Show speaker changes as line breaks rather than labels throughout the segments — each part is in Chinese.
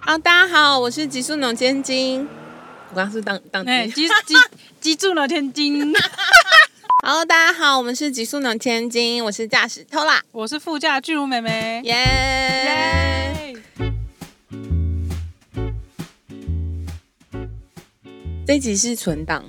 好，大家好，我是极速农千金。我刚刚是当当
哎，
机。
脊脊脊柱呢天 津，
Hello，大家好，我们是极速农千金，我是驾驶偷啦，
我是副驾巨乳妹妹。
耶、
耶！
这一集是存档，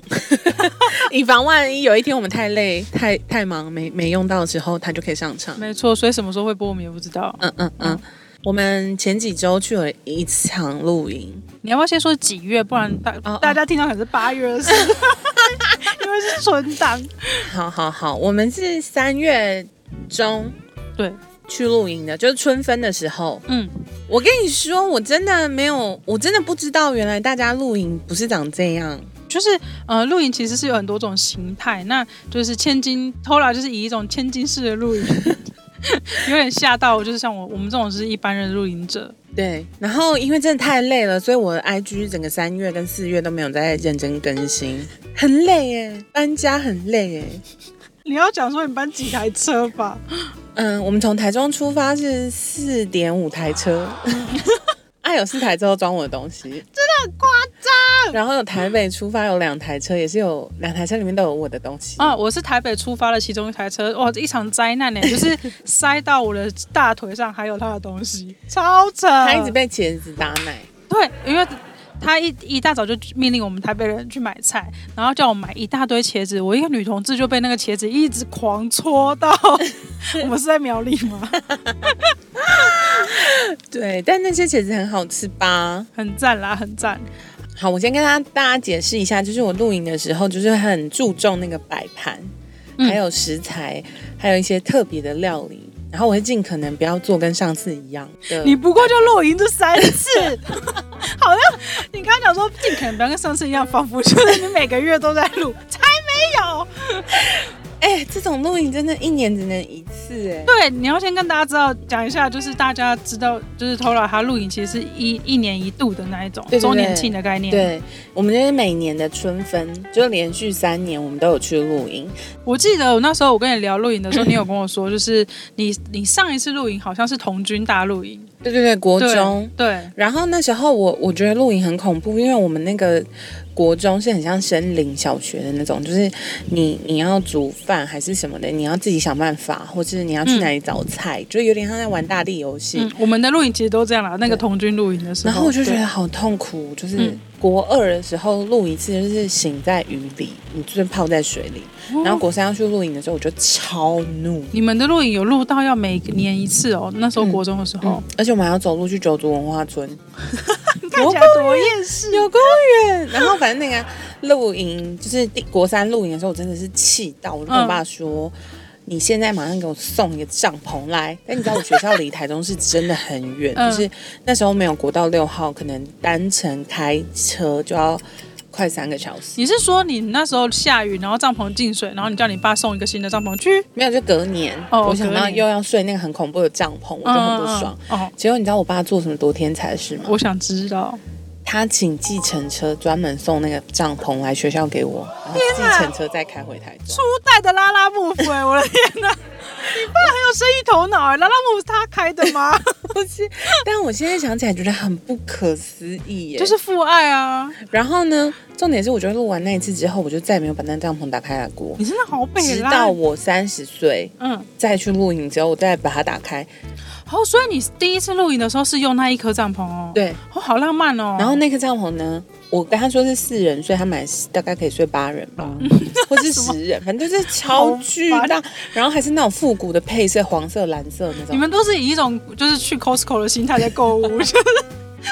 以防万一有一天我们太累、太太忙没没用到的时候，它就可以上场。
没错，所以什么时候会播我们也不知道。
嗯嗯嗯，我们前几周去了一场露营，
你要不要先说几月？不然大
哦哦
大家听到可能是八月的事， 因为是存档。
好好好，我们是三月中
对，
去露营的，就是春分的时候。
嗯，
我跟你说，我真的没有，我真的不知道，原来大家露营不是长这样。
就是呃，露营其实是有很多种形态，那就是千金偷懒，就是以一种千金式的露 营，有点吓到我，就是像我我们这种是一般人的露营者。
对，然后因为真的太累了，所以我的 IG 整个三月跟四月都没有在认真更新，很累耶，搬家很累耶。
你要讲说你搬几台车吧？
嗯，我们从台中出发是四点五台车，啊，有四台之后装我的东西，真的很夸张。然后有台北出发有两台车，也是有两台车里面都有我的东西。
啊，我是台北出发的其中一台车，哇，这一场 灾难呢，就是塞到我的大腿上，还有他的东西，超扯。
他一直被茄子打奶，
对，因为他一一大早就命令我们台北人去买菜，然后叫我买一大堆茄子，我一个女同志就被那个茄子一直狂 戳到。我们是在苗栗吗？
对，但那些茄子很好吃吧？
很赞啦，很赞。
好，我先跟大家大家解释一下，就是我露营的时候，就是很注重那个摆盘，
嗯
还有食材，还有一些特别的料理。然后我会尽可能不要做跟上次一样的。
你不过就露营这三 次，好像你刚刚讲说尽可能不要跟上次一样，仿佛就是你每个月都在录，才没有。
哎、这种露营真的一年只能一次哎、
对，你要先跟大家知道讲一下，就是大家知道，就是 Tola 他露营其实是一一年一度的那一种
对对对
周年庆的概念。，
对，我们就是每年的春分，就连续三年我们都有去露营。
我记得我那时候我跟你聊露营的时候，你有跟我说，就是你你上一次露营好像是童军大露营，
对对对，国中
对。对
然后那时候我我觉得露营很恐怖，因为我们那个国中是很像森林小学的那种，就是你你要煮饭还是什么的，你要自己想办法，或是你要去哪里找菜，就有点像在玩大地游戏。
嗯，我们的露营其实都这样啦。那个童军露营的时候，
然后我就觉
对
得好痛苦，就是
嗯
国二的时候露一次，就是醒在雨里，你就是泡在水里。
哦
然后国三要去露营的时候，我就超怒，
你们的露营有录到要每年一次哦，那时候国中的时候，嗯
而且我们还要走路去九族文化村。
你看起来多厌世。
有公园， 然后反正那个露营，就是第国三露营的时候，我真的是气到，我就跟
嗯
我爸说。你现在马上给我送一个帐篷来！但你知道我学校离台中市真的很远，
嗯
就是那时候没有国道六号，可能单程开车就要快三个小时。
你是说你那时候下雨，然后帐篷进水，然后你叫你爸送一个新的帐篷去？
没有，就隔年，
哦
我想
隔
到
年
又要睡那个很恐怖的帐篷，我就很不爽。
嗯。嗯嗯哦，
结果你知道我爸做什么多天才的事吗？
我想知道。
他请计程车专门送那个帐篷来学校给我，然后计
天啊
程车再开回台中。
初代的拉拉幕府、哎，我的天 哪！你爸很有生意头脑哎、拉拉幕府是他开的 吗？
不是，但我现在想起来觉得很不可思议耶。
就，是父爱啊！
然后呢，重点是我觉得录完那一次之后，我就再也没有把那帐篷打开来过。
你真的好北
直
拉，
到我三十岁
嗯，
再去露营之后，我再把它打开。
哦，所以你第一次露营的时候是用那一颗帐篷哦，，
对，
哦，好浪漫哦。
然后那个帐篷呢，我跟他说是四人睡，他买大概可以睡八人吧，
嗯
或是十人，反正就是超巨大。然后还是那种复古的配色，黄色、蓝色那
你
种。
们都是以一种就是去 Costco 的心态在购 物，就是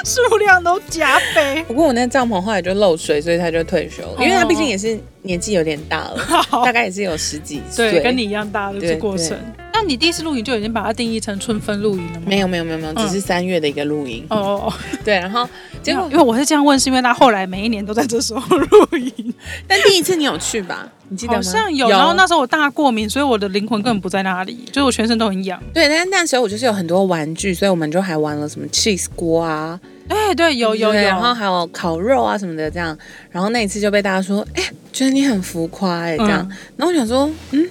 数量都加倍。
不过我那帐篷后来就漏水，所以他就退休
哦
了，因为他毕竟也是年纪有点大了，
好
大概也是有十几岁，
对，跟你一样大的
对
这过程。那你第一次露营就已经把它定义成春分露营了吗？
没有没有没有没有，
嗯
只是三月的一个录音。
哦哦哦，
对，然后结果
因为我是这样问，是因为他后来每一年都在这时候露营，
但第一次你有去吧？你记得吗？
嗯好像有。然后那时候我大过敏，所以我的灵魂根本不在那里，就是我全身都很痒。
对，但是那时候我就是有很多玩具，所以我们就还玩了什么 cheese 锅啊，
哎，对，有有有。
对然后还有烤肉啊什么的这样。然后那一嗯次就被大家说，哎、觉得你很浮夸哎、这样。然后我想说，嗯，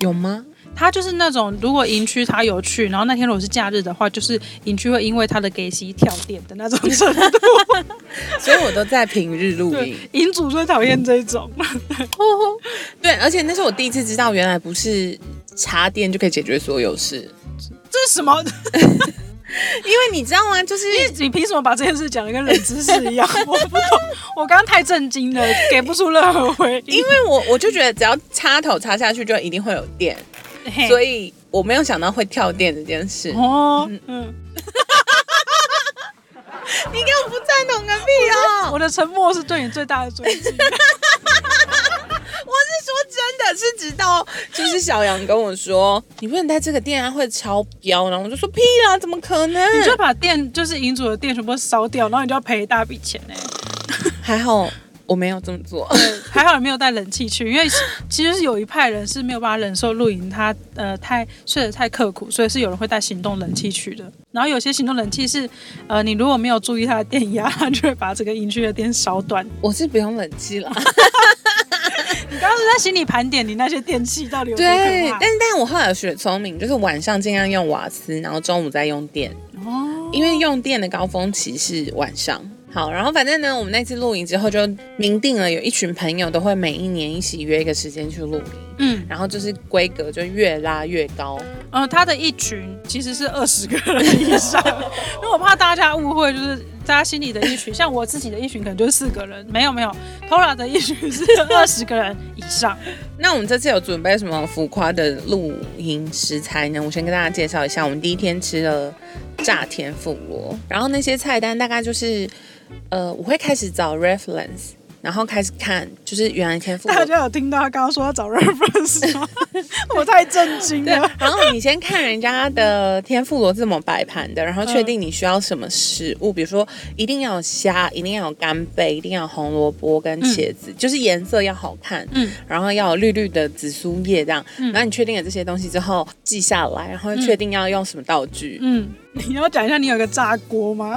有吗？
他就是那种如果营区他有去，然后那天如果是假日的话，就是营区会因为他的给息跳电的那种程度。
所以我都在平日露
对
营。，
营主最讨厌这种。
对，而且那是我第一次知道，原来不是插电就可以解决所有事。
这是什么？
因为你知道吗？就是
你你凭什么把这件事讲的跟冷知识一样？我不懂，我刚刚太震惊了，给不出任何回应
因。为我 我就觉得只要插头插下去就一定会有电，
嘿
所以我没有想到会跳电这件事。你
哎哦，嗯，
给我不赞同个屁 哦！
我的沉默是对你最大的尊 敬。
我是说真的，是直到就是小杨跟我说你不能带这个电啊，会超标，然后我就说屁啊，怎么可能？
你就把店，就是银主的店全部烧掉，然后你就要赔一大笔钱欸呢、
还好我没有这么做。
还好你没有带冷气去，因为其实是有一派人是没有办法忍受露营，他呃太睡得太刻苦，所以是有人会带行动冷气去的。然后有些行动冷气是，呃，你如果没有注意它的电压，它就会把整个营区的电烧断。
我是不用冷气了，
你刚刚是在心里盘点你那些电器到底有多
对
可，怕
但但我后来有学聪明，就是晚上尽量用瓦斯，然后中午再用电。
哦，
因为用电的高峰期是晚上。好，然后反正呢，我们那次露营之后就明定了，有一群朋友都会每一年一起约一个时间去露营，
嗯，
然后就是规格就越拉越高。
呃，他的一群其实是二十个人以上，因为我怕大家误会，就是大家心里的一群，像我自己的一群可能就是四个人，没有没有，Tola 的一群是二十个人以上。
那我们这次有准备什么浮夸的露营食材呢？我先跟大家介绍一下，我们第一天吃了炸天妇罗，然后那些菜单大概就是，呃，我会开始找 reference，然后开始看，就是原来天妇罗
大家有听到他刚刚说要找 reference 吗？我太震惊
对啊
了。，
然后你先看人家的天妇罗是怎么摆盘的，然后确定你需要什么食物，比如说一定要有虾，一定要有干贝，一定要有红萝卜跟茄子，就是颜色要好看，
嗯，
然后要有绿绿的紫苏叶这样。然后你确定了这些东西之后记下来，然后确定要用什么道具。
嗯，你要讲一下你有个炸锅吗？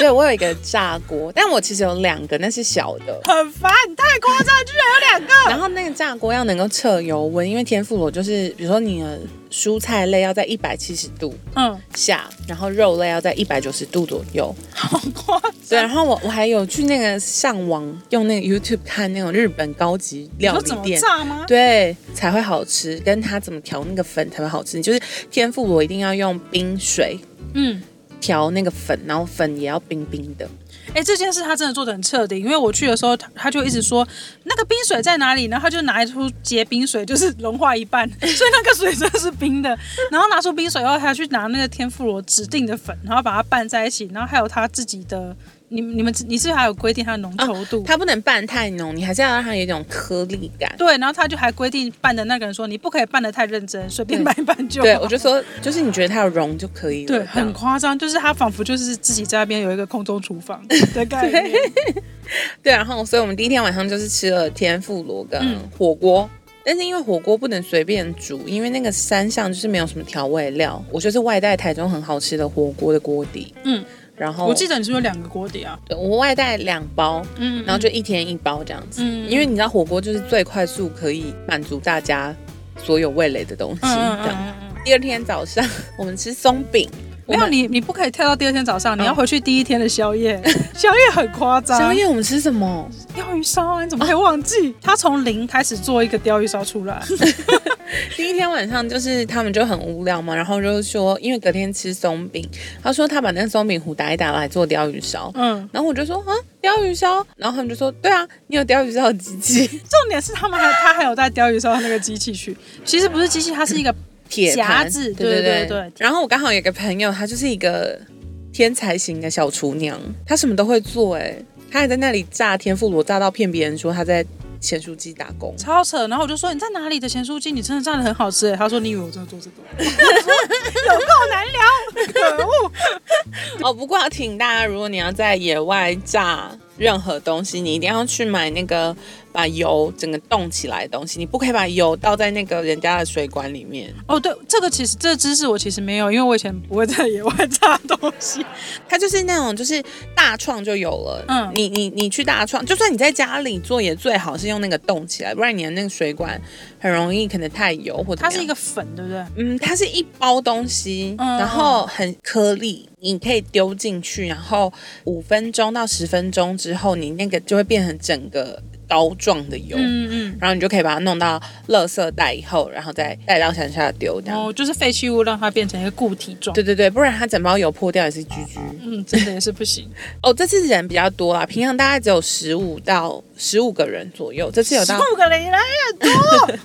对我有一个炸锅，但我其实有两个，那是小的。
很烦，你太夸张，居然有两个。
然后那个炸锅要能够测油温，因为天妇罗就是，比如说你的蔬菜类要在一百七十度，
嗯，
下，然后肉类要在一百九十度左右。
好夸张。
对，然后我我还有去那个上网用那个 YouTube 看那种日本高级
你
料
说
理
怎么啊
店。
炸吗？
对，才会好吃，跟它怎么调那个粉才会好吃。就是天妇罗一定要用冰水
嗯。
调那个粉，然后粉也要冰冰的。
哎、这件事他真的做的很彻底，因为我去的时候，他他就一直说那个冰水在哪里，然后他就拿出结冰水，就是融化 一半，所以那个水真的是冰的。然后拿出冰水以后，他去拿那个天妇罗指定的粉，然后把它拌在一起，然后还有他自己的，你你们你是不是还有规定它的浓
哦
稠度？
啊它不能拌太浓，你还是要让它有一种颗粒感。
对，然后他就还规定拌的那个人说你不可以拌的太认真，随便
对
拌一拌就好。
对，我就说，就是你觉得它有融就可以了。
对，
这
很
样
夸张，就是他仿佛就是自己在那边有一个空中厨房的概念。
对，啊然后所以我们第一天晚上就是吃了天妇罗
嗯
跟火锅。但是因为火锅不能随便煮，因为那个山上就是没有什么调味料。我就是外带台中很好吃的火锅的锅底，
嗯，
然后
我记得你是不是有两个锅底啊？
对我外带两包，
嗯，
然后就一天一包这样子。
嗯
因为你知道火锅就是最快速可以满足大家所有味蕾的东西。这样，
嗯。
第二天早上 我们吃松饼，我
没有
们哦
你，你不可以跳到第二天早上，你要回去第一天的宵 夜。宵夜很夸张，
宵夜我们吃什么？
鲷鱼烧啊，你怎么可以忘记？他从零开始做一个鲷鱼烧 出来，
第一天晚上就是他们就很无聊嘛，然后就说，因为隔天吃松饼，他说他把那个松饼糊打一打来做鲷鱼烧，
嗯，
然后我就说啊鲷鱼烧，然后他们就说对啊，你有鲷鱼烧的机器，
重点是他们还他还有带鲷鱼烧的那个机器去，其实不是机器，它是一个
铁盘
夹子
对
对对
对
对。
然后我刚好有个朋友，她就是一个天才型的小厨娘，她什么都会做、哎，她还在那里炸天妇罗，炸到骗别人说她在咸酥鸡打工。
超扯。然后我就说你在哪里的咸酥鸡？你真的炸的很好吃哎。他说你以为我真的做这个？我说有够难聊，可恶。
哦，不过要提醒大家，如果你要在野外炸任何东西，你一定要去买那个把油整个冻起来的东西，你不可以把油倒在那个人家的水管里面，
哦，对，这个其实这个知识我其实没有，因为我以前不会在野外炸东西。
它就是那种就是大创就有了。嗯
嗯，
你你你去大创，就算你在家里做也最好是用那个冻起来，不然你的那个水管很很容易可能太油或者
它是一个粉，对不对？
嗯，它是一包东西，
嗯
然后很颗粒，你可以丢进去，然后五分钟到十分钟之后，你那个就会变成整个膏状的油，
嗯嗯。
然后你就可以把它弄到垃圾袋以后，然后再带到山下丢这
然
样。
后就是废弃物让它变成一个固体状。
对对对，不然它整包油破掉也是居居。
嗯，真的也是不行。
哦，这次人比较多啦，平常大概只有十五到十五个人左右，这次有
十
到
五个雷来呀，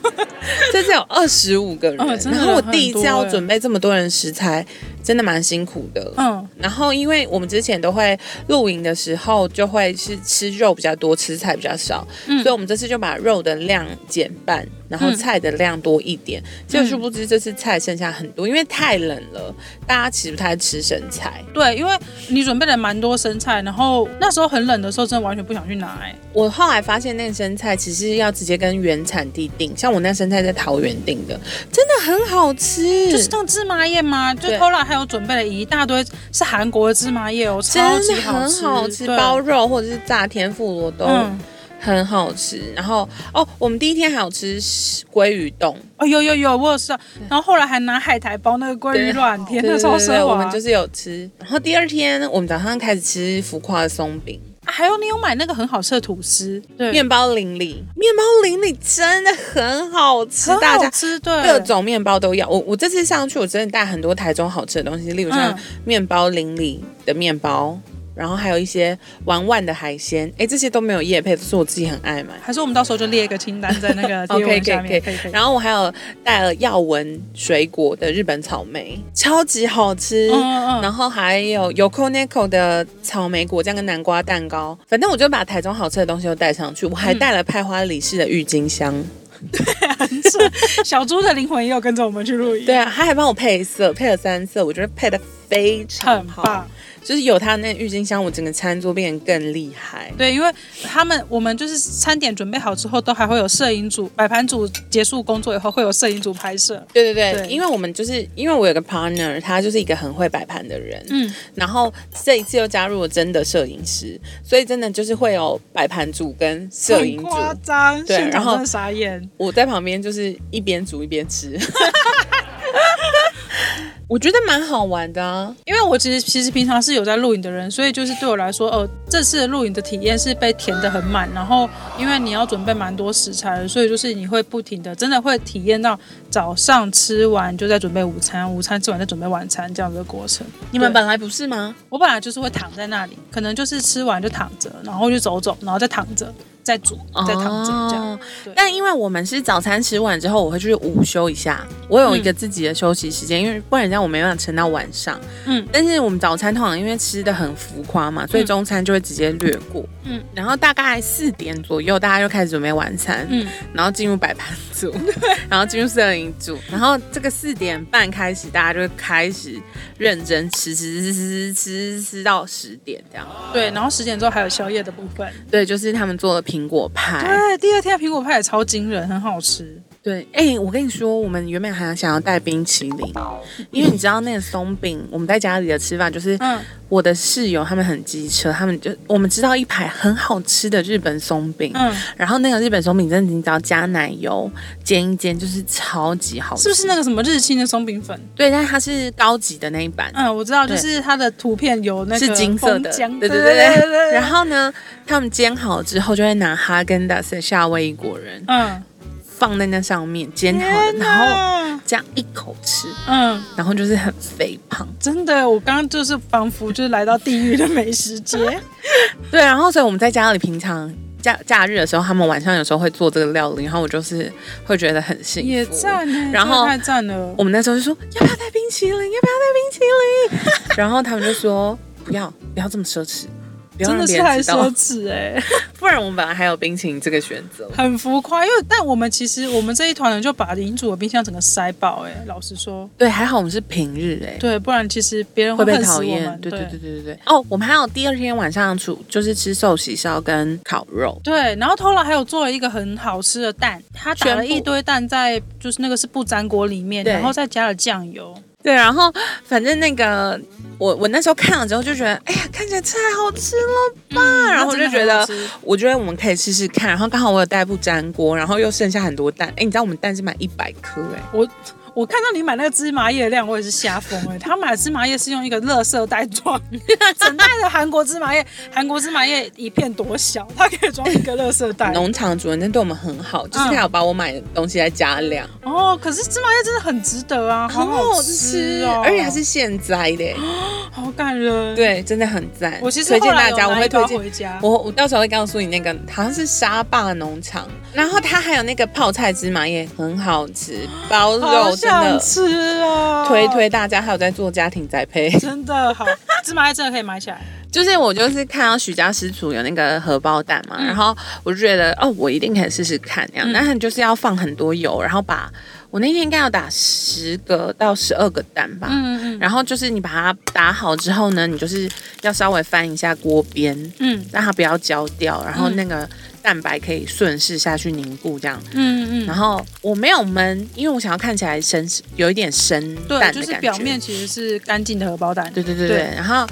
这次有二十五个人、
哦真的
然后我
很
第一次
多
要
欸
准备这么多人食材，真的蛮辛苦的。
嗯，
然后，因为我们之前都会露营的时候，就会是吃肉比较多，吃菜比较少，
嗯
所以我们这次就把肉的量减半，然后菜的量多一点。结果殊不知这次菜剩下很多，因为太冷了，大家其实不太吃生菜。
对，因为你准备了蛮多生菜，然后那时候很冷的时候，真的完全不想去拿、哎，
我后来发现那个生菜其实要直接跟原产地订，像我那生菜在桃园订的，真的很好吃，
就是像芝麻叶嘛，就
对
Tola 还有准备了一大堆是韩国的芝麻叶哦，超
真
级
的很
吃，
好
好
吃，包肉或者是炸天妇罗都。
嗯，
很好吃。然后哦，我们第一天还有吃鲑鱼冻，
哦有有有，我有吃到，然后后来还拿海苔包那个鲑鱼卵，天
对
呐，
对
超
对
奢
我
华。
们就是有吃。然后第二天我们早上开始吃浮夸的松饼，
啊还有你有买那个很好吃的吐司，对，
面包林里，面包林里真的很好吃，
很
大
好
家。
吃，对，
各种面包都要，我我这次上去我真的带很多台中好吃的东西，例如像
嗯
面包林里的面包，然后还有一些玩玩的海鲜，哎，这些都没有叶配，都是我自己很爱买。
还是我们到时候就列一个清单在那 啊个
哦
贴
可以
文下面，
可以
可以。
然后我还有带了耀文水果的日本草莓，超级好吃。
嗯嗯嗯
然后还有 Yoko Neko 的草莓果酱跟南瓜蛋糕，反正我就把台中好吃的东西都带上去。我还带了派花李氏的郁金香，
嗯是 小猪的灵魂也有跟着我们去露营，
对，啊，他还帮我配色，配了三色，我觉得配的非常
很
好，
棒。
就是有他那郁金香，我整个餐桌变得更厉害。
对，因为他们我们就是餐点准备好之后，都还会有摄影组、摆盘组结束工作以后，会有摄影组拍摄。
对对对，
对
因为我们就是因为我有个 partner，他就是一个很会摆盘的人，
嗯，
然后这一次又加入了真的摄影师，所以真的就是会有摆盘组跟摄影
很
组。
夸张，
对
现
然
场
后
真的傻眼。
我在旁边就是一边煮一边 吃，我觉得蛮好玩的啊。
因为我其实其实平常是有在露营的人，所以就是对我来说，哦，这次的露营的体验是被填得很满。然后因为你要准备蛮多食材的，所以就是你会不停的，真的会体验到早上吃完就在准备午餐，午餐吃完再准备晚餐这样的过程。
你们本来不是吗？
我本来就是会躺在那里，可能就是吃完就躺着，然后就走走，然后再躺着，再煮，再躺着这样。
哦
对
但因为我们是早餐吃完之后，我会去午休一下，我有一个自己的休息时间，因为不然这样我没办法撑到晚上。
嗯，
但是我们早餐通常因为吃的很浮夸嘛，所以中餐就会直接略过。
嗯，
然后大概四点左右，大家就开始准备晚餐。
嗯，
然后进入摆盘 组，然后进入摄影组，然后这个四点半开始，大家就会开始认真吃吃吃吃吃吃到十点这样。
对，然后十点之后还有宵夜的部分。
对，就是他们做了苹果派。
对，第二天的苹果派也超惊人，很好吃。
对，哎、我跟你说，我们原本还想要带冰淇淋，因为你知道那个松饼，我们在家里的吃饭就是，
嗯
我的室友他们很机车，他们就我们知道一排很好吃的日本松饼，
嗯，
然后那个日本松饼真的你只要加奶油煎一煎，就是超级好吃，
是不是那个什么日清的松饼粉？
对，但它是高级的那一版，
嗯，我知道，就
对
是它的图片有嗯那个
是金色的
枫浆，
对对对对然后呢，他们煎好之后就会拿哈根达斯的夏威夷果仁
嗯，
放在那上面煎好的，
天
然后
哪，
这样一口吃，
嗯，
然后就是很肥胖。
真的，我刚刚就是仿佛就是来到地狱的美食街。
对，然后所以我们在家里平常。假假日的时候，他们晚上有时候会做这个料理，然后我就是会觉得很幸福。
也赞呢，
然后
真的太赞了。
我们那时候就说要不要带冰淇淋，要不要带冰淇淋？ 然后他们就说不要，不要这么奢侈，不要
真
让
的
别
是
人
太
知道
奢。侈哎、
不然我们本来还有冰淇淋这个选择。
很浮夸。因为但我们其实我们这一团人就把银主的冰箱整个塞爆哎、老实说，
对，还好我们是平日哎、
对，不然其实别人
会被
恨死
讨
我
厌
们。。
对
对
对对对对对。哦，我们还有第二天晚上出就是吃寿喜烧跟烤肉，
对然后偷懒还有做了一个很好吃的蛋，他打了
宣布
一堆蛋在就是那个是不粘锅里面，
对
然后再加了酱油。
对，然后反正那个我我那时候看了之后就觉得，哎呀，看起来太好吃了吧，
嗯
然后我就觉
那
得
真的很好吃，
我觉得我们可以试试看。然后刚好我有带不粘锅，然后又剩下很多蛋。哎，你知道我们蛋是买一百颗哎，
我我看到你买那个芝麻叶的量，我也是吓疯 了。他买的芝麻叶是用一个垃圾袋装， 整袋的韩国芝麻叶，韩国芝麻叶一片多小，它可以装一个垃圾 袋。
农场主人真对我们很好，就是
嗯
他有把我买的东西再加量，
哦，可是芝麻叶真的很值得啊，好好吃哦，
而且还哦是现摘的，
好感人。，
对，真的很赞。
我其实
推荐
后来
大
有
家，我
拿
会
一包
推荐。
回家。
我我到时候会告诉你那个好像是沙坝农场，然后它还有那个泡菜芝麻也很好吃，包
好
肉真
想
的
吃哦！
推推大家，还有在做家庭栽培。
真的好， 芝麻叶真的可以买起来。
就是我就是看到许家师厨有那个荷包蛋
嗯
嘛，然后我就觉得哦，我一定可以试试看这样。但是就是要放很多油，然后把我那天应该要打十个到十二个蛋吧。
嗯嗯
然后就是你把它打好之后呢，你就是要稍微翻一下锅边，
嗯
让它不要焦掉，然后
嗯
那个蛋白可以顺势下去凝固这样。
嗯嗯
然
嗯，
后我没有焖，因为我想要看起来生有一点生
对，
蛋
就
的
是
感
表
觉
面。其实是干净的荷包蛋。
对对对对
对，
然后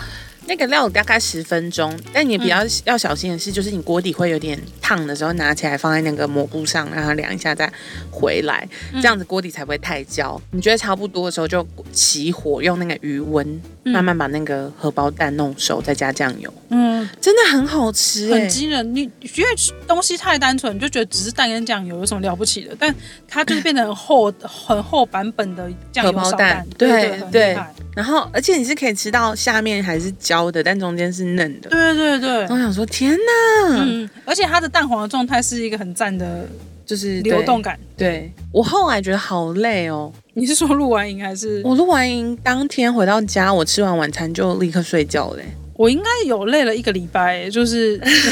那个料大概十分钟，但你比较
嗯
要小心的是，就是你锅底会有点烫的时候，拿起来放在那个蘑菇上，让它凉一下再回来，
嗯
这样子锅底才不会太焦。你觉得差不多的时候就起火，用那个余温、
嗯
慢慢把那个荷包蛋弄熟，再加酱油，
嗯，
真的很好吃、欸，
很惊人。你因为东西太单纯，你就觉得只是蛋跟酱油有什么了不起的，但它就是变得很厚、很厚版本的酱油
荷包
烧
蛋对
对
对
对很厉害
然后而且你是可以吃到下面还是焦的，但中间是嫩的。
对对对
我想说，天哪！
嗯，而且它的蛋黄的状态是一个很赞的
就是对
流动感。
对我后来觉得好累哦，
你是说录完影还是我
我录完营当天回到家，我吃完晚餐就立刻睡觉嘞、
应该有累了一个礼拜、就是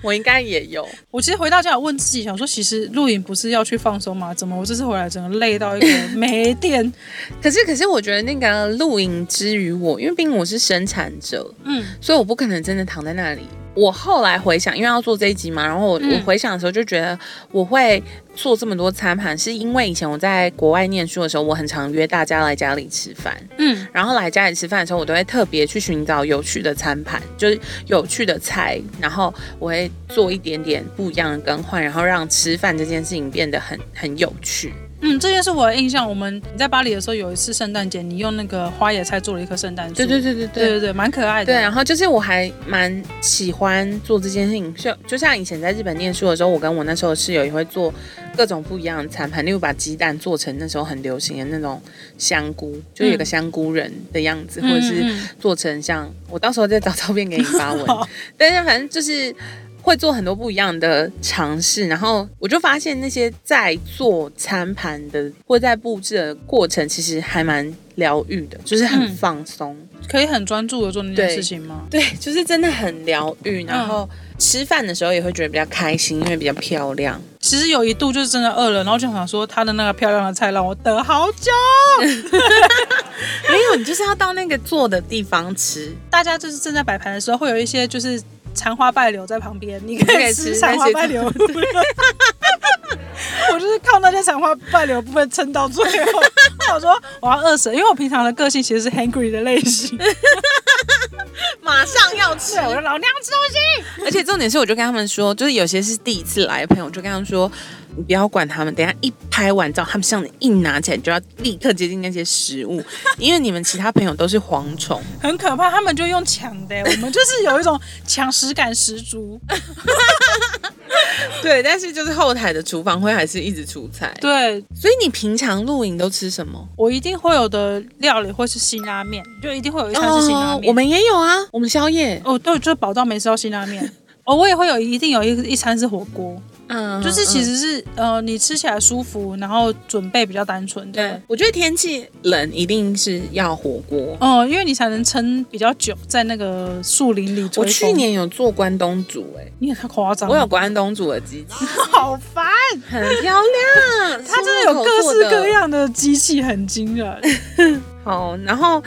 我应该也有，
我其实回到家，我问自己想说，其实录影不是要去放松吗？怎么我这次回来整个累到一个没电？
可是可是我觉得那个露营之于我，因为毕竟我是生产者，
嗯
所以我不可能真的躺在那里。我后来回想，因为要做这一集嘛，然后我、
嗯
我回想的时候就觉得我会做这么多餐盘，是因为以前我在国外念书的时候，我很常约大家来家里吃饭，
嗯
然后来家里吃饭的时候，我都会特别去寻找有趣的餐盘，就是有趣的菜，然后我会做一点点不一样的更换，然后让吃饭这件事情变得很很有趣。
嗯，这件事我的印象。我们你在巴黎的时候有一次圣诞节，你用那个花野菜做了一棵圣诞树，
对对对对
对
对。
对对，蛮可爱的。
对，啊然后就是我还蛮喜欢做这件事情，就就像以前在日本念书的时候，我跟我那时候的室友也会做各种不一样的餐盘，例如把鸡蛋做成那时候很流行的那种香菇，就有一个
嗯
香菇人的样子，
嗯，
或者是
嗯嗯
做成像我到时候再找照片给你发 文
好，
但是反正就是会做很多不一样的尝试，然后我就发现那些在做餐盘的或在布置的过程，其实还蛮疗愈的，就是很
嗯
放松，
可以很专注的做那件
对
事情吗？
对，就是真的很疗愈，然后。吃饭的时候也会觉得比较开心，因为比较漂亮。
其实有一度就是真的饿了，然后就想说他的那个漂亮的菜让我等好久。
没有，你就是要到那个坐的地方吃，
大家就是正在摆盘的时候，会有一些就是残花败柳在旁边，你
可
可
以
以
吃
吃残花败柳。
那
我 就是靠那些残花败柳部分撑到最后，我想说我要饿死了，因为我平常的个性其实是 hungry 的类型，对，
马上要吃
我说老娘吃东西。
而且重点是，我就跟他们说，就是有些是第一次来的朋友，我就跟他们说，你不要管他们，等一下一拍完照，他们箱子一拿起来，你就要立刻接近那些食物， 因为你们其他朋友都是蝗虫，
很可怕，他们就用抢 的、欸我们就是有一种抢食感十足。
对，但是就是后台的厨房会还是一直出菜，
对
所以你平常露营都吃什么？
我一定会有的料理会是辛拉面，就一定会有一餐是辛拉面。
我们也有啊，我们宵夜，
哦，对，就是保障没吃到辛 拉面。哦，我也会有一定有一一餐是火锅，
嗯，
就是其
嗯。
实是呃，你吃起来舒服，然后准备比较单纯，
对
对。，
我觉得天气冷一定是要火锅。
哦、因为你才能撑比较久，在那个树林里
我
吹风哦
去年有做关东煮、欸，
你也太夸张
我
了，
有关东煮的机器，
好烦，
很漂 亮，
它真的有
是
各
木头
式
做的
各样的机器，啊很惊人。
好，然后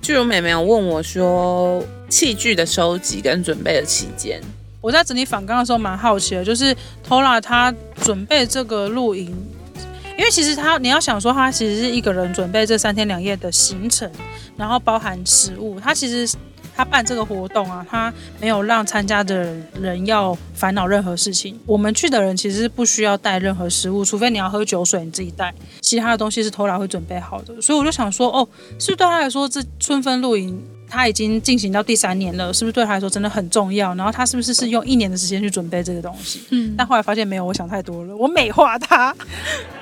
巨乳妹妹有问我说，器具的收集跟准备的期间，
我在整理访纲的时候蛮好奇的，就是 Tola 他准备这个露营，因为其实他你要想说，他其实是一个人准备这三天两夜的行程，然后包含食物，他其实。他办这个活动啊，他没有让参加的人要烦恼任何事情。我们去的人其实是不需要带任何食物，除非你要喝酒水，你自己带。其他的东西是偷来会准备好的，所以我就想说，哦，是不是对他来说，这春分露营他已经进行到第三年了，是不是对他来说真的很重要？然后他是不是是用一年的时间去准备这个东西？嗯，但后来发现没有，我想太多了，我美化他。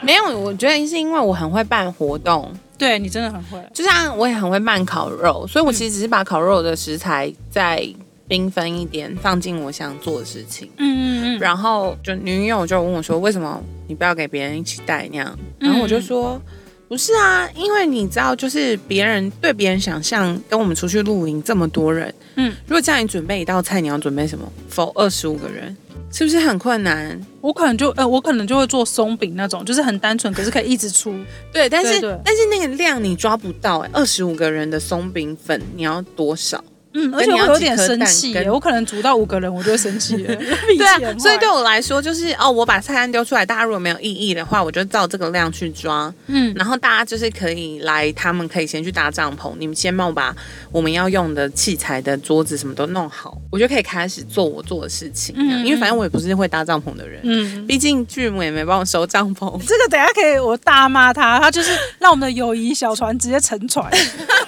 没有，我觉得是因为我很会办活动，
对你真的很会，
就像我也很会办烤肉，所以我其实只是把烤肉的食材再缤纷一点，放进我想做的事情。
嗯嗯嗯，
然后就女友就问我说：“为什么你不要给别人一起带那样？”
嗯
然后我就说：“不是啊，因为你知道，就是别人对别人想象跟我们出去露营这么多人，
嗯
嗯，如果叫你准备一道菜，你要准备什么？否二十五个人，是不是很困难？
我可能就呃，我可能就会做松饼那种，就是很单纯，可是可以一直出。
对，但是
对对
但是那个量你抓不到哎、二十五个人的松饼粉你要多少？
嗯，而
跟
且
你
我
要
有
几
点
颗
生
蛋
气
跟
耶，我可能煮到五个人，我就会生气 了。对
对啊，所以对我来说就是哦，我把菜单丢出来，大家如果没有异议的话，我就照这个量去抓。
嗯
然后大家就是可以来，他们可以先去搭帐篷，你们先帮我把我们要用的器材的桌子什么都弄好，我就可以开始做我做的事情。
嗯嗯
因为反正我也不是会搭帐篷的人，
嗯，。
毕竟剧母也没帮我收帐篷
这个等一下可以我大骂他，他就是让我们的友谊小船直接沉船。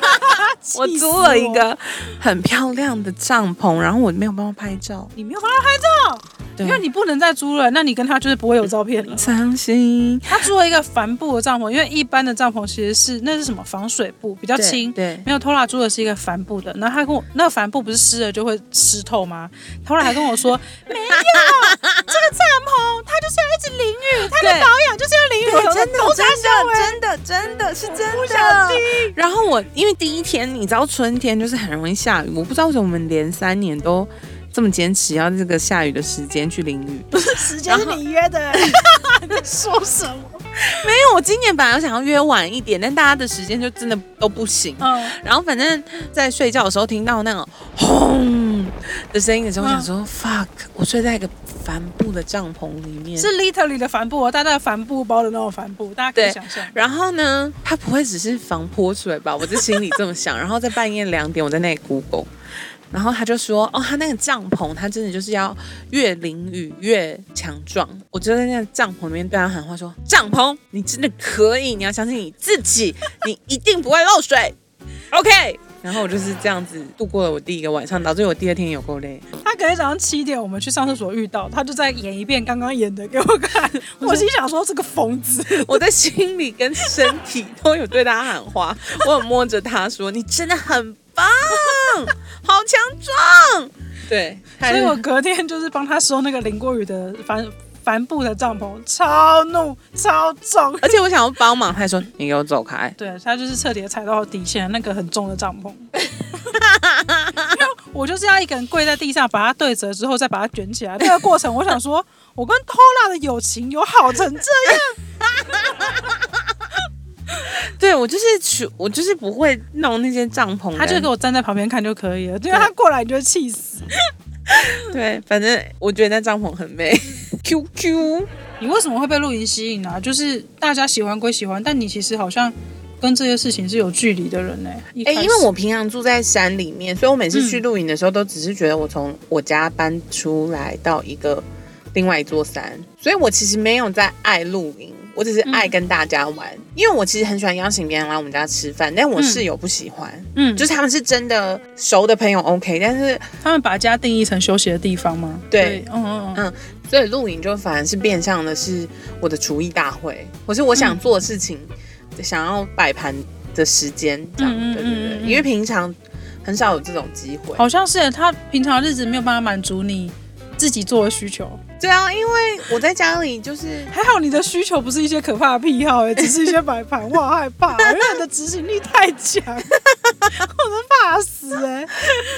我
气死
租了一个很漂亮的帐篷，然后我没有帮他拍照，
你没有帮他拍照，
对
因为，你不能再租了，那你跟他就是不会有照片 了。
伤心，
他租了一个帆布的帐篷，因为一般的帐篷其实是那是什么防水布，比较
对
轻。
对。
没有偷拉租的是一个帆布的，然后他跟我那个帆布不是湿了就会湿透吗？他后来还跟我说，没有这个帐篷，它就是要一直淋雨，它的
对
保养就是要淋雨。我
真的
都在笑欸
真的真的是真
不想听。
然后我因为第一天，你知道春天就是很容易下雨，我不知道为什么我们连三年都这么坚持要这个下雨的时间去淋雨。没
时间是你约的，你 在说什么？
有，我今年本来想要约晚一点，但大家的时间就真的都不行。
嗯，
然后反正在睡觉的时候听到那种轰的声音的时候，我
嗯
想说、fuck，我睡在一个帆布的帐篷里面。
是 literally 的帆布哦，大大的帆布包的那种帆布，大家可以
对
想象。
然后呢，它不会只是防泼水吧？我在心里这么想。然后在半夜两点，我在那里 Google，然后他就说，哦，他那个帐篷，他真的就是要越淋雨越强壮。我就在那个帐篷里面对他喊话说，帐篷，你真的可以，你要相信你自己，你一定不会漏水。OK。然后我就是这样子度过了我第一个晚上，导致我第二天有够累。
他隔天早上七点，我们去上厕所遇到，他就在演一遍刚刚演的给我 看。我心想说，这个疯子，
我的心里跟身体都有对他喊 话，我有摸着他说：“你真的很 棒，好强壮。”对，
所
还
以
是
我隔天就是帮他收那个淋过雨的帆帆布的帐篷，超怒超重。
而且我想要帮忙，他还说：“你给我走开。
对他就是彻底的踩到底线，那个很重的帐篷。因为我就是要一个人跪在地上，把它对折之后再把它卷起来。那个过程，我想说，我跟偷拉的友情有好成这 样？
对”我就是去，我就是不会弄那些帐篷人。
他就给我站在旁边看就可以了，因为他过来你就会气死。
对，反正我觉得那帐篷很 美。QQ，
你为什么会被露营吸引啊？就是大家喜欢归喜欢，但你其实好像跟这些事情是有距离的人呢、一
哎、
开始
因为我平常住在山里面，所以我每次去
嗯
露营的时候，都只是觉得我从我家搬出来到一个另外一座山，所以我其实没有在爱露营，我只是
嗯
爱跟大家玩。因为我其实很喜欢邀请别人来我们家吃饭，但我室友不喜欢，
嗯，
就是他们是真的熟的朋友 OK，但是
他们把家定义成休息的地方吗？
对，
嗯嗯嗯，
所以露营就反而是变相的是我的厨艺大会，或是我
嗯
想做的事情，想要摆盘的时间这样，
嗯嗯
对
嗯
对
嗯嗯
对，因为平常很少有这种机会。
好像是欸他平常日子没有办法满足你自己做的需求。
对啊，因为我在家里就是
还好你的需求不是一些可怕的癖好、哎，只是一些摆盘，我好害怕，因为你的执行力太强， 我都怕死哎、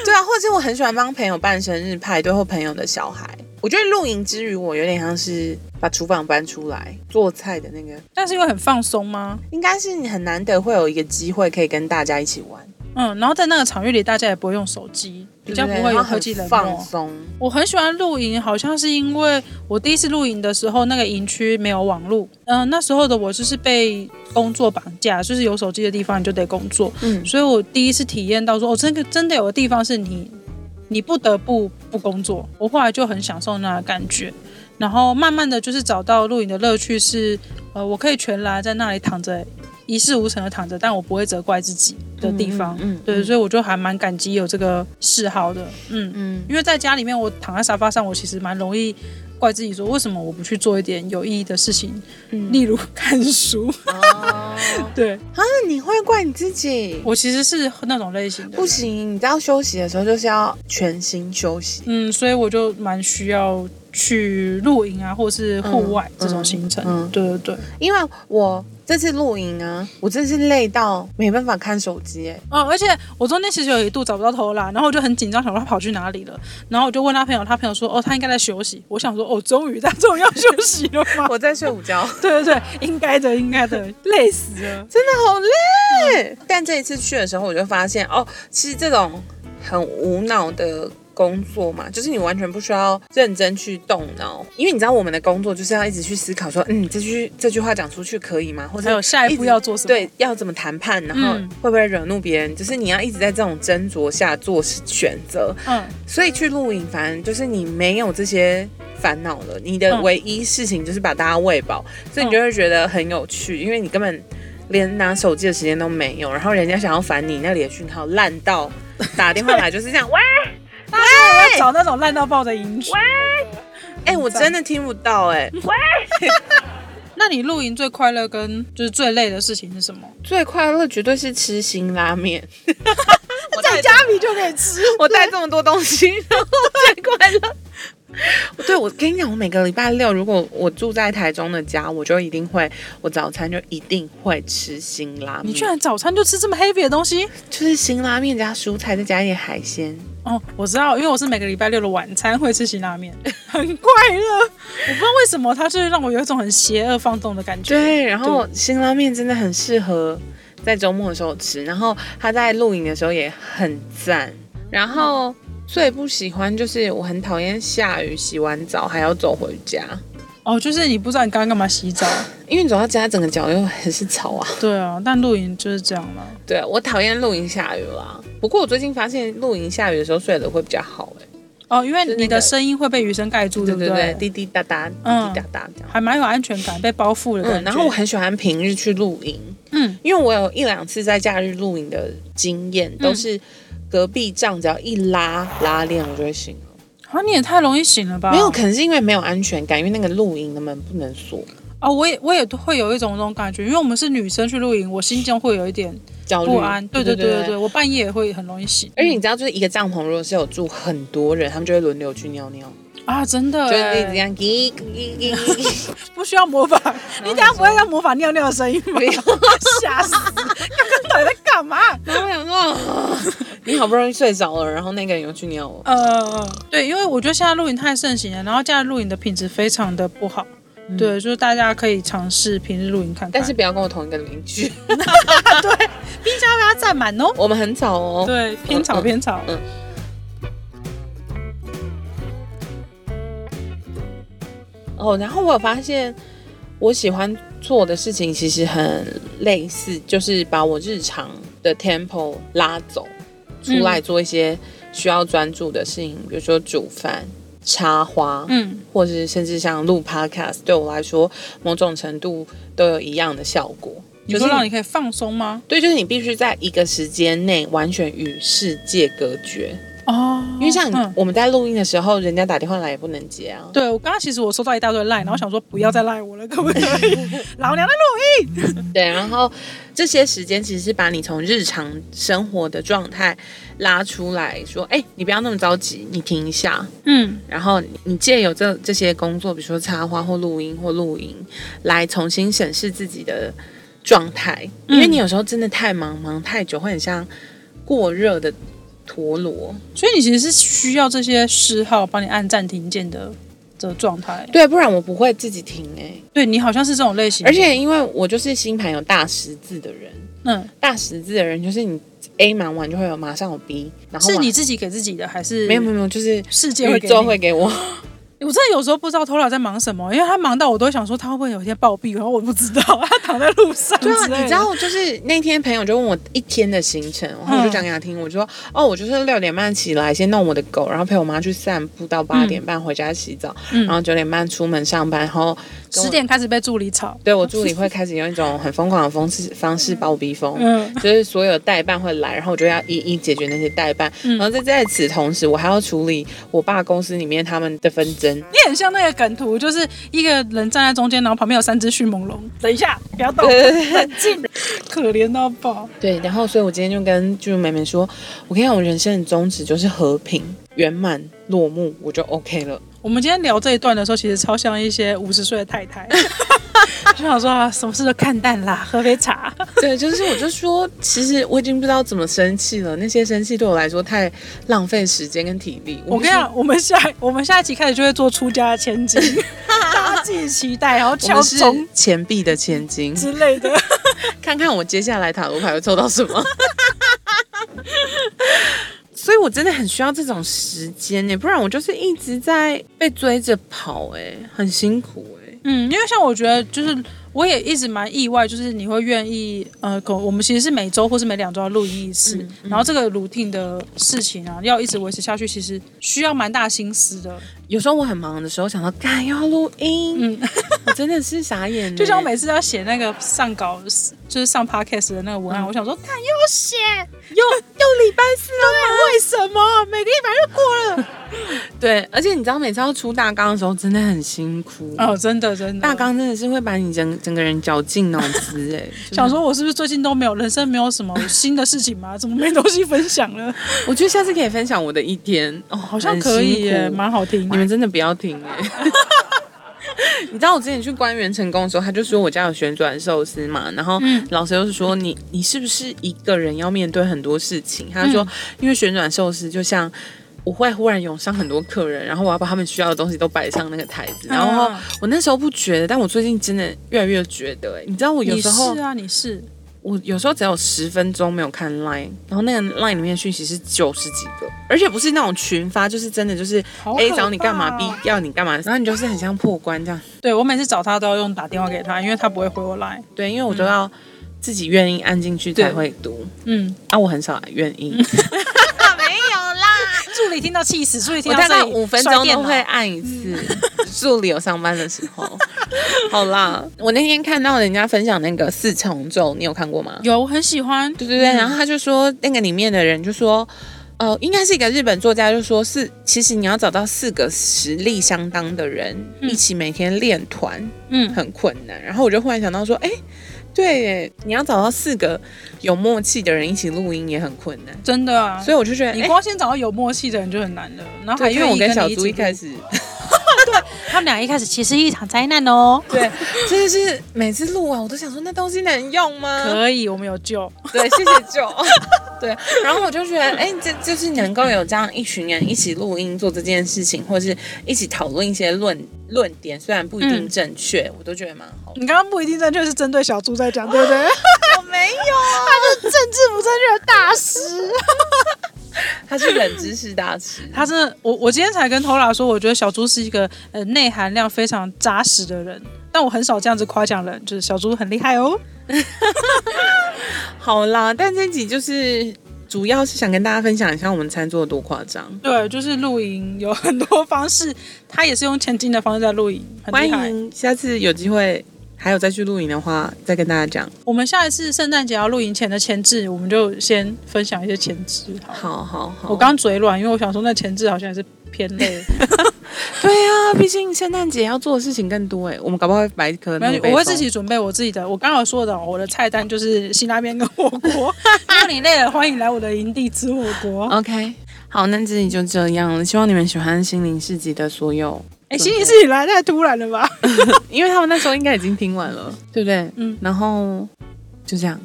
对啊，或者我很喜欢帮朋友办生日派对或朋友的小孩。我觉得露营之余，我有点像是把厨房搬出来做菜的那个，
但是又很放松吗？
应该是你很难得会有一个机会可以跟大家一起玩。
嗯，然后在那个场域里，大家也不会用手机，比较不会有
然后
科
很
技冷
放
漠。
松，
我很喜欢露营，好像是因为我第一次露营的时候，那个营区没有网路。嗯、那时候的我就是被工作绑架，就是有手机的地方你就得工作，
嗯，
所以我第一次体验到说，哦，真的真的有个地方是你，你不得不不工作。我后来就很享受那个感觉，然后慢慢的就是找到露营的乐趣是，呃，我可以全然在那里躺着，一事无成的躺着，但我不会责怪自己的地方。
嗯，嗯
对，所
以
以我就还蛮感激有这个嗜好的，嗯，
嗯
因为在家里面我躺在沙发上，我其实蛮容易怪自己说，为什么我不去做一点有意义的事情，
嗯
例如看书。
哦，
对
那你会怪你自己？
我其实是那种类型的人，
不行，你知道休息的时候就是要全心休息。
嗯，所以我就蛮需要去露营啊，或是户外
嗯
这种行程。
嗯嗯
对对对。
因为我这次露营啊，我真是累到没办法看手机、哎，
哦，而且我中间其实有一度找不到头啦，然后我就很紧张，想说他跑去哪里了。然后我就问他朋友，他朋友说，哦，他应该在休息。我想说，哦，终于他终于要休息了吗？
我在睡午觉，
对对对，应该的，应该的，累死了。
真的好累。但这一次去的时候，我就发现哦，其实这种很无脑的。工作嘛，就是你完全不需要认真去动脑，因为你知道我们的工作就是要一直去思考说，嗯，这句这句话讲出去可以吗？或者
还有下一步
直
要做什么？
对，要怎么谈判，然后
嗯
会不会惹怒别人，就是你要一直在这种斟酌下做选择。
嗯，
所以去露营，反正就是你没有这些烦恼了，你的
嗯
唯一事情就是把大家喂饱，所以你就会觉得很有趣，因为你根本连拿手机的时间都没有，然后人家想要烦你，那里的讯号烂到打电话来就是这样，喂，
大家 要找那种烂到爆的营区。
哎、我真的听不到、哎，
那你露营最快乐跟就是最累的事情是什么？
最快乐绝对是吃辛拉面， 我带
里就可以吃。
我带这么多东西，然后最快乐。对，我跟你讲，我每个礼拜六，如果我住在台中的家，我就一定会，我早餐就一定会吃辛拉面。
你居然早餐就吃这么 heavy 的东西？
就是辛拉面加蔬菜，再加一点海鲜。
哦，我知道，因为我是每个礼拜六的晚餐会吃辛拉面， 很快乐。我不知道为什么，它就是让我有一种很邪恶放纵的感觉。
对，然后辛拉面真的很适合在周末的时候吃，然后它在露营的时候也很赞。然后最不喜欢就是我很讨厌下雨，洗完澡还要走回家，
哦，就是你不知道你刚刚干嘛洗澡。
因为你走到家整个脚又很是草啊。
对啊，但露营就是这样了。
对，我讨厌露营下雨啦。不过我最近发现露营下雨的时候睡得会比较好、欸，
哦，因为
是那
你
个
的声音会被雨声盖住，
对
不嗯
对对，滴滴答答，滴滴答答这样。
还蛮有安全感，被包覆的感觉。
嗯，然后我很喜欢平日去露营，
嗯，
因为我有一两次在假日露营的经验，
嗯
都是隔壁帐只要一拉拉链，我就会醒了。
啊，你也太容易醒了吧？
没有，可能是因为没有安全感，因为那个露营的门不能锁，
哦，我也我也会有一种那种感觉，因为我们是女生去露营，我心中会有一点
焦虑
不安。对对
对
对对哎对，我半夜也会很容易醒。
而且你知道，就是一个帐篷，如果是有住很多人，他们就会轮流去尿尿，
啊，真的
就是
欸
一直这样叽叽叽叽叽。
不需要模仿，你等下不会要模仿尿尿的声音吗
没有？
吓死！刚刚到底在干嘛？
然后我想说，你好不容易睡着了，然后那个人又去尿了。
呃，对，因为我觉得现在露营太盛行了，然后现在露营的品质非常的不好。对，就是大家可以尝试平日露营看看，
但是不要跟我同一个邻居，
冰箱被它占满哦。 呃
我们很吵哦。
对，偏吵偏吵。
嗯哦，然后我有发现，我喜欢做的事情其实很类似，就是把我日常的 tempo 拉走，出来做一些需要专注的事情，比如说煮饭、插花，
嗯
或是甚至像录 podcast，对我来说，某种程度都有一样的效果。
你说让你可以放松吗？
对，就是你必须在一个时间内完全与世界隔绝，
哦，
因为像
嗯
我们在录音的时候，人家打电话来也不能接啊。
对我刚刚其实我收到一大堆赖，然后想说不要再赖我了，可不 可以？老娘在录音。
对，然后这些时间其实是把你从日常生活的状态拉出来说，哎，你不要那么着急，你停一下，
嗯
然后你你借由这这些工作，比如说插花或录音或录音，来重新审视自己的状态，因为
嗯
你有时候真的太忙，忙太久会很像过热的陀螺。
所以你其实是需要这些嗜好帮你按暂停键的的状态。
对，不然我不会自己停哎、
对你好像是这种类型，
而且因为我就是星盘有大十字的人，
嗯
大十字的人就是你 A 忙完就会有马上有 B，然后
是你
马
自己给自己的还是
没有没有没有，就是
世界会
宇
给
宙
你？
会给 我。
我真的有时候不知道偷老在忙什么，因为他忙到我都会想说他会不会有一天暴毙，然后我不知道，他躺在路上之
对
类
啊，
的。
你知道，就是那天朋友就问我一天的行程，然
嗯
后我就讲给他听，我就说哦，我就是六点半起来先弄我的狗，然后陪我妈去散步到八点半回家洗澡，
嗯
然后九点半出门上班，然后跟我
十点开始被助理吵，
对我助理会开始用一种很疯狂的方式方式把我逼疯。
嗯，
就是所有的代办会来，然后我就要一一解决那些代办，
嗯
然后在在此同时，我还要处理我爸公司里面他们的纷争。
你很像那个梗图，就是一个人站在中间，然后旁边有三只迅猛龙。等一下，不 要动，冷静，可怜到爆。
对，然后所以我今天就跟就是妹妹说，我跟你讲，我人生的宗旨就是和平、圆满、落幕，我就 OK 了。
我们今天聊这一段的时候，其实超像一些五十岁的 太太，就想说啊，什么事都看淡啦，喝杯茶。
对，就是我就说，其实我已经不知道怎么生气了，那些生气对我来说太浪费时间跟体力。
我
必
跟
须
你讲，我们下我们下一期开始就会做出家的千金， 大家自己期待，然后
我
敲
们是
钟
钱币的千金，
之类的。
看看我接下来塔罗牌会抽到什么。 所以，我真的很需要这种时间欸呢，不然我就是一直在被追着跑，哎，很辛苦哎。
嗯，因为像我觉得，就是我也一直蛮意外，就是你会愿意，呃，可我们其实是每周或是每两周要录音一次，
嗯
然后这个 routine 的事情啊，要一直维持下去，其实需要蛮大心思的。
有时候我很忙的时候，想到干又要录音，
嗯，
我真的是傻眼欸呢。
就像我每次要写那个上稿，就是上 podcast 的那个文案，
嗯
我想说，看又要写，又又礼拜四了
啊
吗，为什么每个礼拜就过了？
对，而且你知道，每次要出大纲的时候，真的很辛苦。
哦，真的真的，
大纲真的是会把你整整个人绞尽脑汁 哎。就是
想说，我是不是最近都没有人生没有 什么新的事情吗？怎么没东西分享了？
我觉得下次可以分享我的一天哦，
好
好
像可以耶，蛮好听。
你们真的不要停哎、 你知道我之前去官员成功的时候，他就说我家有旋转寿司嘛，然后老师又是说你你是不是一个人要面对很多事情？他就说、因为旋转寿司就像。我会忽然涌上很多客人，然后我要把他们需要的东西都摆上那个台子。然后
啊
我那时候不觉得，但我最近真的越来越觉得、哎，你知道我有
你
时候
是啊，你是，
我有时候只有十分钟没有看 Line，然后那个 Line 里面的讯息是九十几个，而且不是那种群发，就是真的就是
好
A
可
找你干嘛
怕
，B
哦
要你干嘛，然后你就是很像破关这样。
对我每次找他都要用打电话给他，因为他不会回我来。
对，因为我都要自己愿意按进去才
嗯对
会读，
嗯，
啊，我很少愿意，
啊助理听到气死，助理 听
我
到
大概
这里
五分
摔
钟
电
都
脑嗯
会按一次。 助理有上班的时候，好啦，我那天看到人家分享那个四重奏，你有看过吗？
有，我很喜欢。
对对对，然后他就说那个里面的人就说，呃，应该是一个日本作家，就说是其实你要找到四个实力相当的人、一起每天练团
嗯，
很困难。然后我就忽然想到说，哎，对耶，你要找到四个有默契的人一起录音也很困难。
真的啊。
所以我就觉得，
你
哎，
光先找到有默契的人就很难了，然后还
对因为
愿
我
意
跟
你
小
一
猪
起
一开
录，
始，
他们俩一开始其实一场灾难哦。
对，真的是每次录完我都想说，那东西能用吗？
可以，我们有救。
对，谢谢舅。对，然后我就觉得，哎、这就是能够有这样一群人一起录音做这件事情，或是一起讨论一些论论点，虽然不一定
嗯
正确，我都觉得蛮好的。
你刚刚不一定正确是针对小猪在讲，对不对？
我没有，
政治不正确的大师。
他是冷知识大师。
他真的，我我今天才跟 Tola 说，我觉得小猪是一个呃内涵量非常扎实的人，但我很少这样子夸奖人，就是小猪很厉害哦。
好啦，但这集就是主要是想跟大家分享一下我们餐桌有多夸张。
对，就是露营有很多方式，他也是用千金的方式在露营，很
欢
厉害。
迎下次有机会还有再去露营的话，再跟大家讲。
我们下一次圣诞节要露营前的前置，我们就先分享一些前置好了。
好好好，
我刚嘴软，因为我想说那前置好像还是偏累，
对啊，毕竟圣诞节要做的事情更多哎，我们搞不好会白磕那
没关
个
系，
被
我会
封
自己准备我自己的。我刚好说的，哦我的菜单就是辛拉面跟火 锅。如果你累了，欢迎来我的营地吃火锅。
OK，好，那这里就这样了。希望你们喜欢心灵市集的所有，
哎、心理自己来太突然了吧？
因为他们那时候应该已经听完了，对不对？
嗯
然后就这样，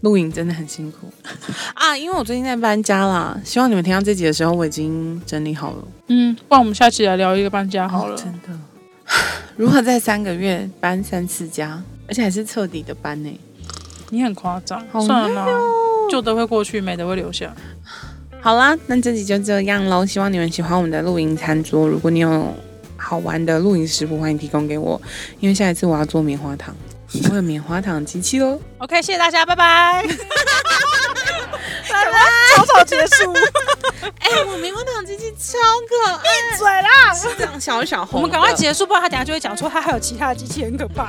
录影真的很辛苦 啊，因为我最近在搬家啦。希望你们听到这集的时候，我已经整理好了。
嗯，不然我们下期来聊一个搬家好了。
哦真的， 如何在三个月搬三次家，而且还是彻底的搬呢、欸
你很夸张，
好累
算了啦，
哦
旧的会过去，美的会留下。
好啦，那这集就这样喽。希望你们喜欢我们的露营餐桌。如果你有好玩的露营食谱，欢迎提供给我，因为下一次我要做棉花糖，我有棉花糖机器喽。
OK，谢谢大家，拜 拜。拜拜，草草结束，
哎、我棉花糖机器超可爱，
嘴啦。
是长小小
我
红的
们赶快结束，不然他等下就会讲说他还有其他的机器很可怕。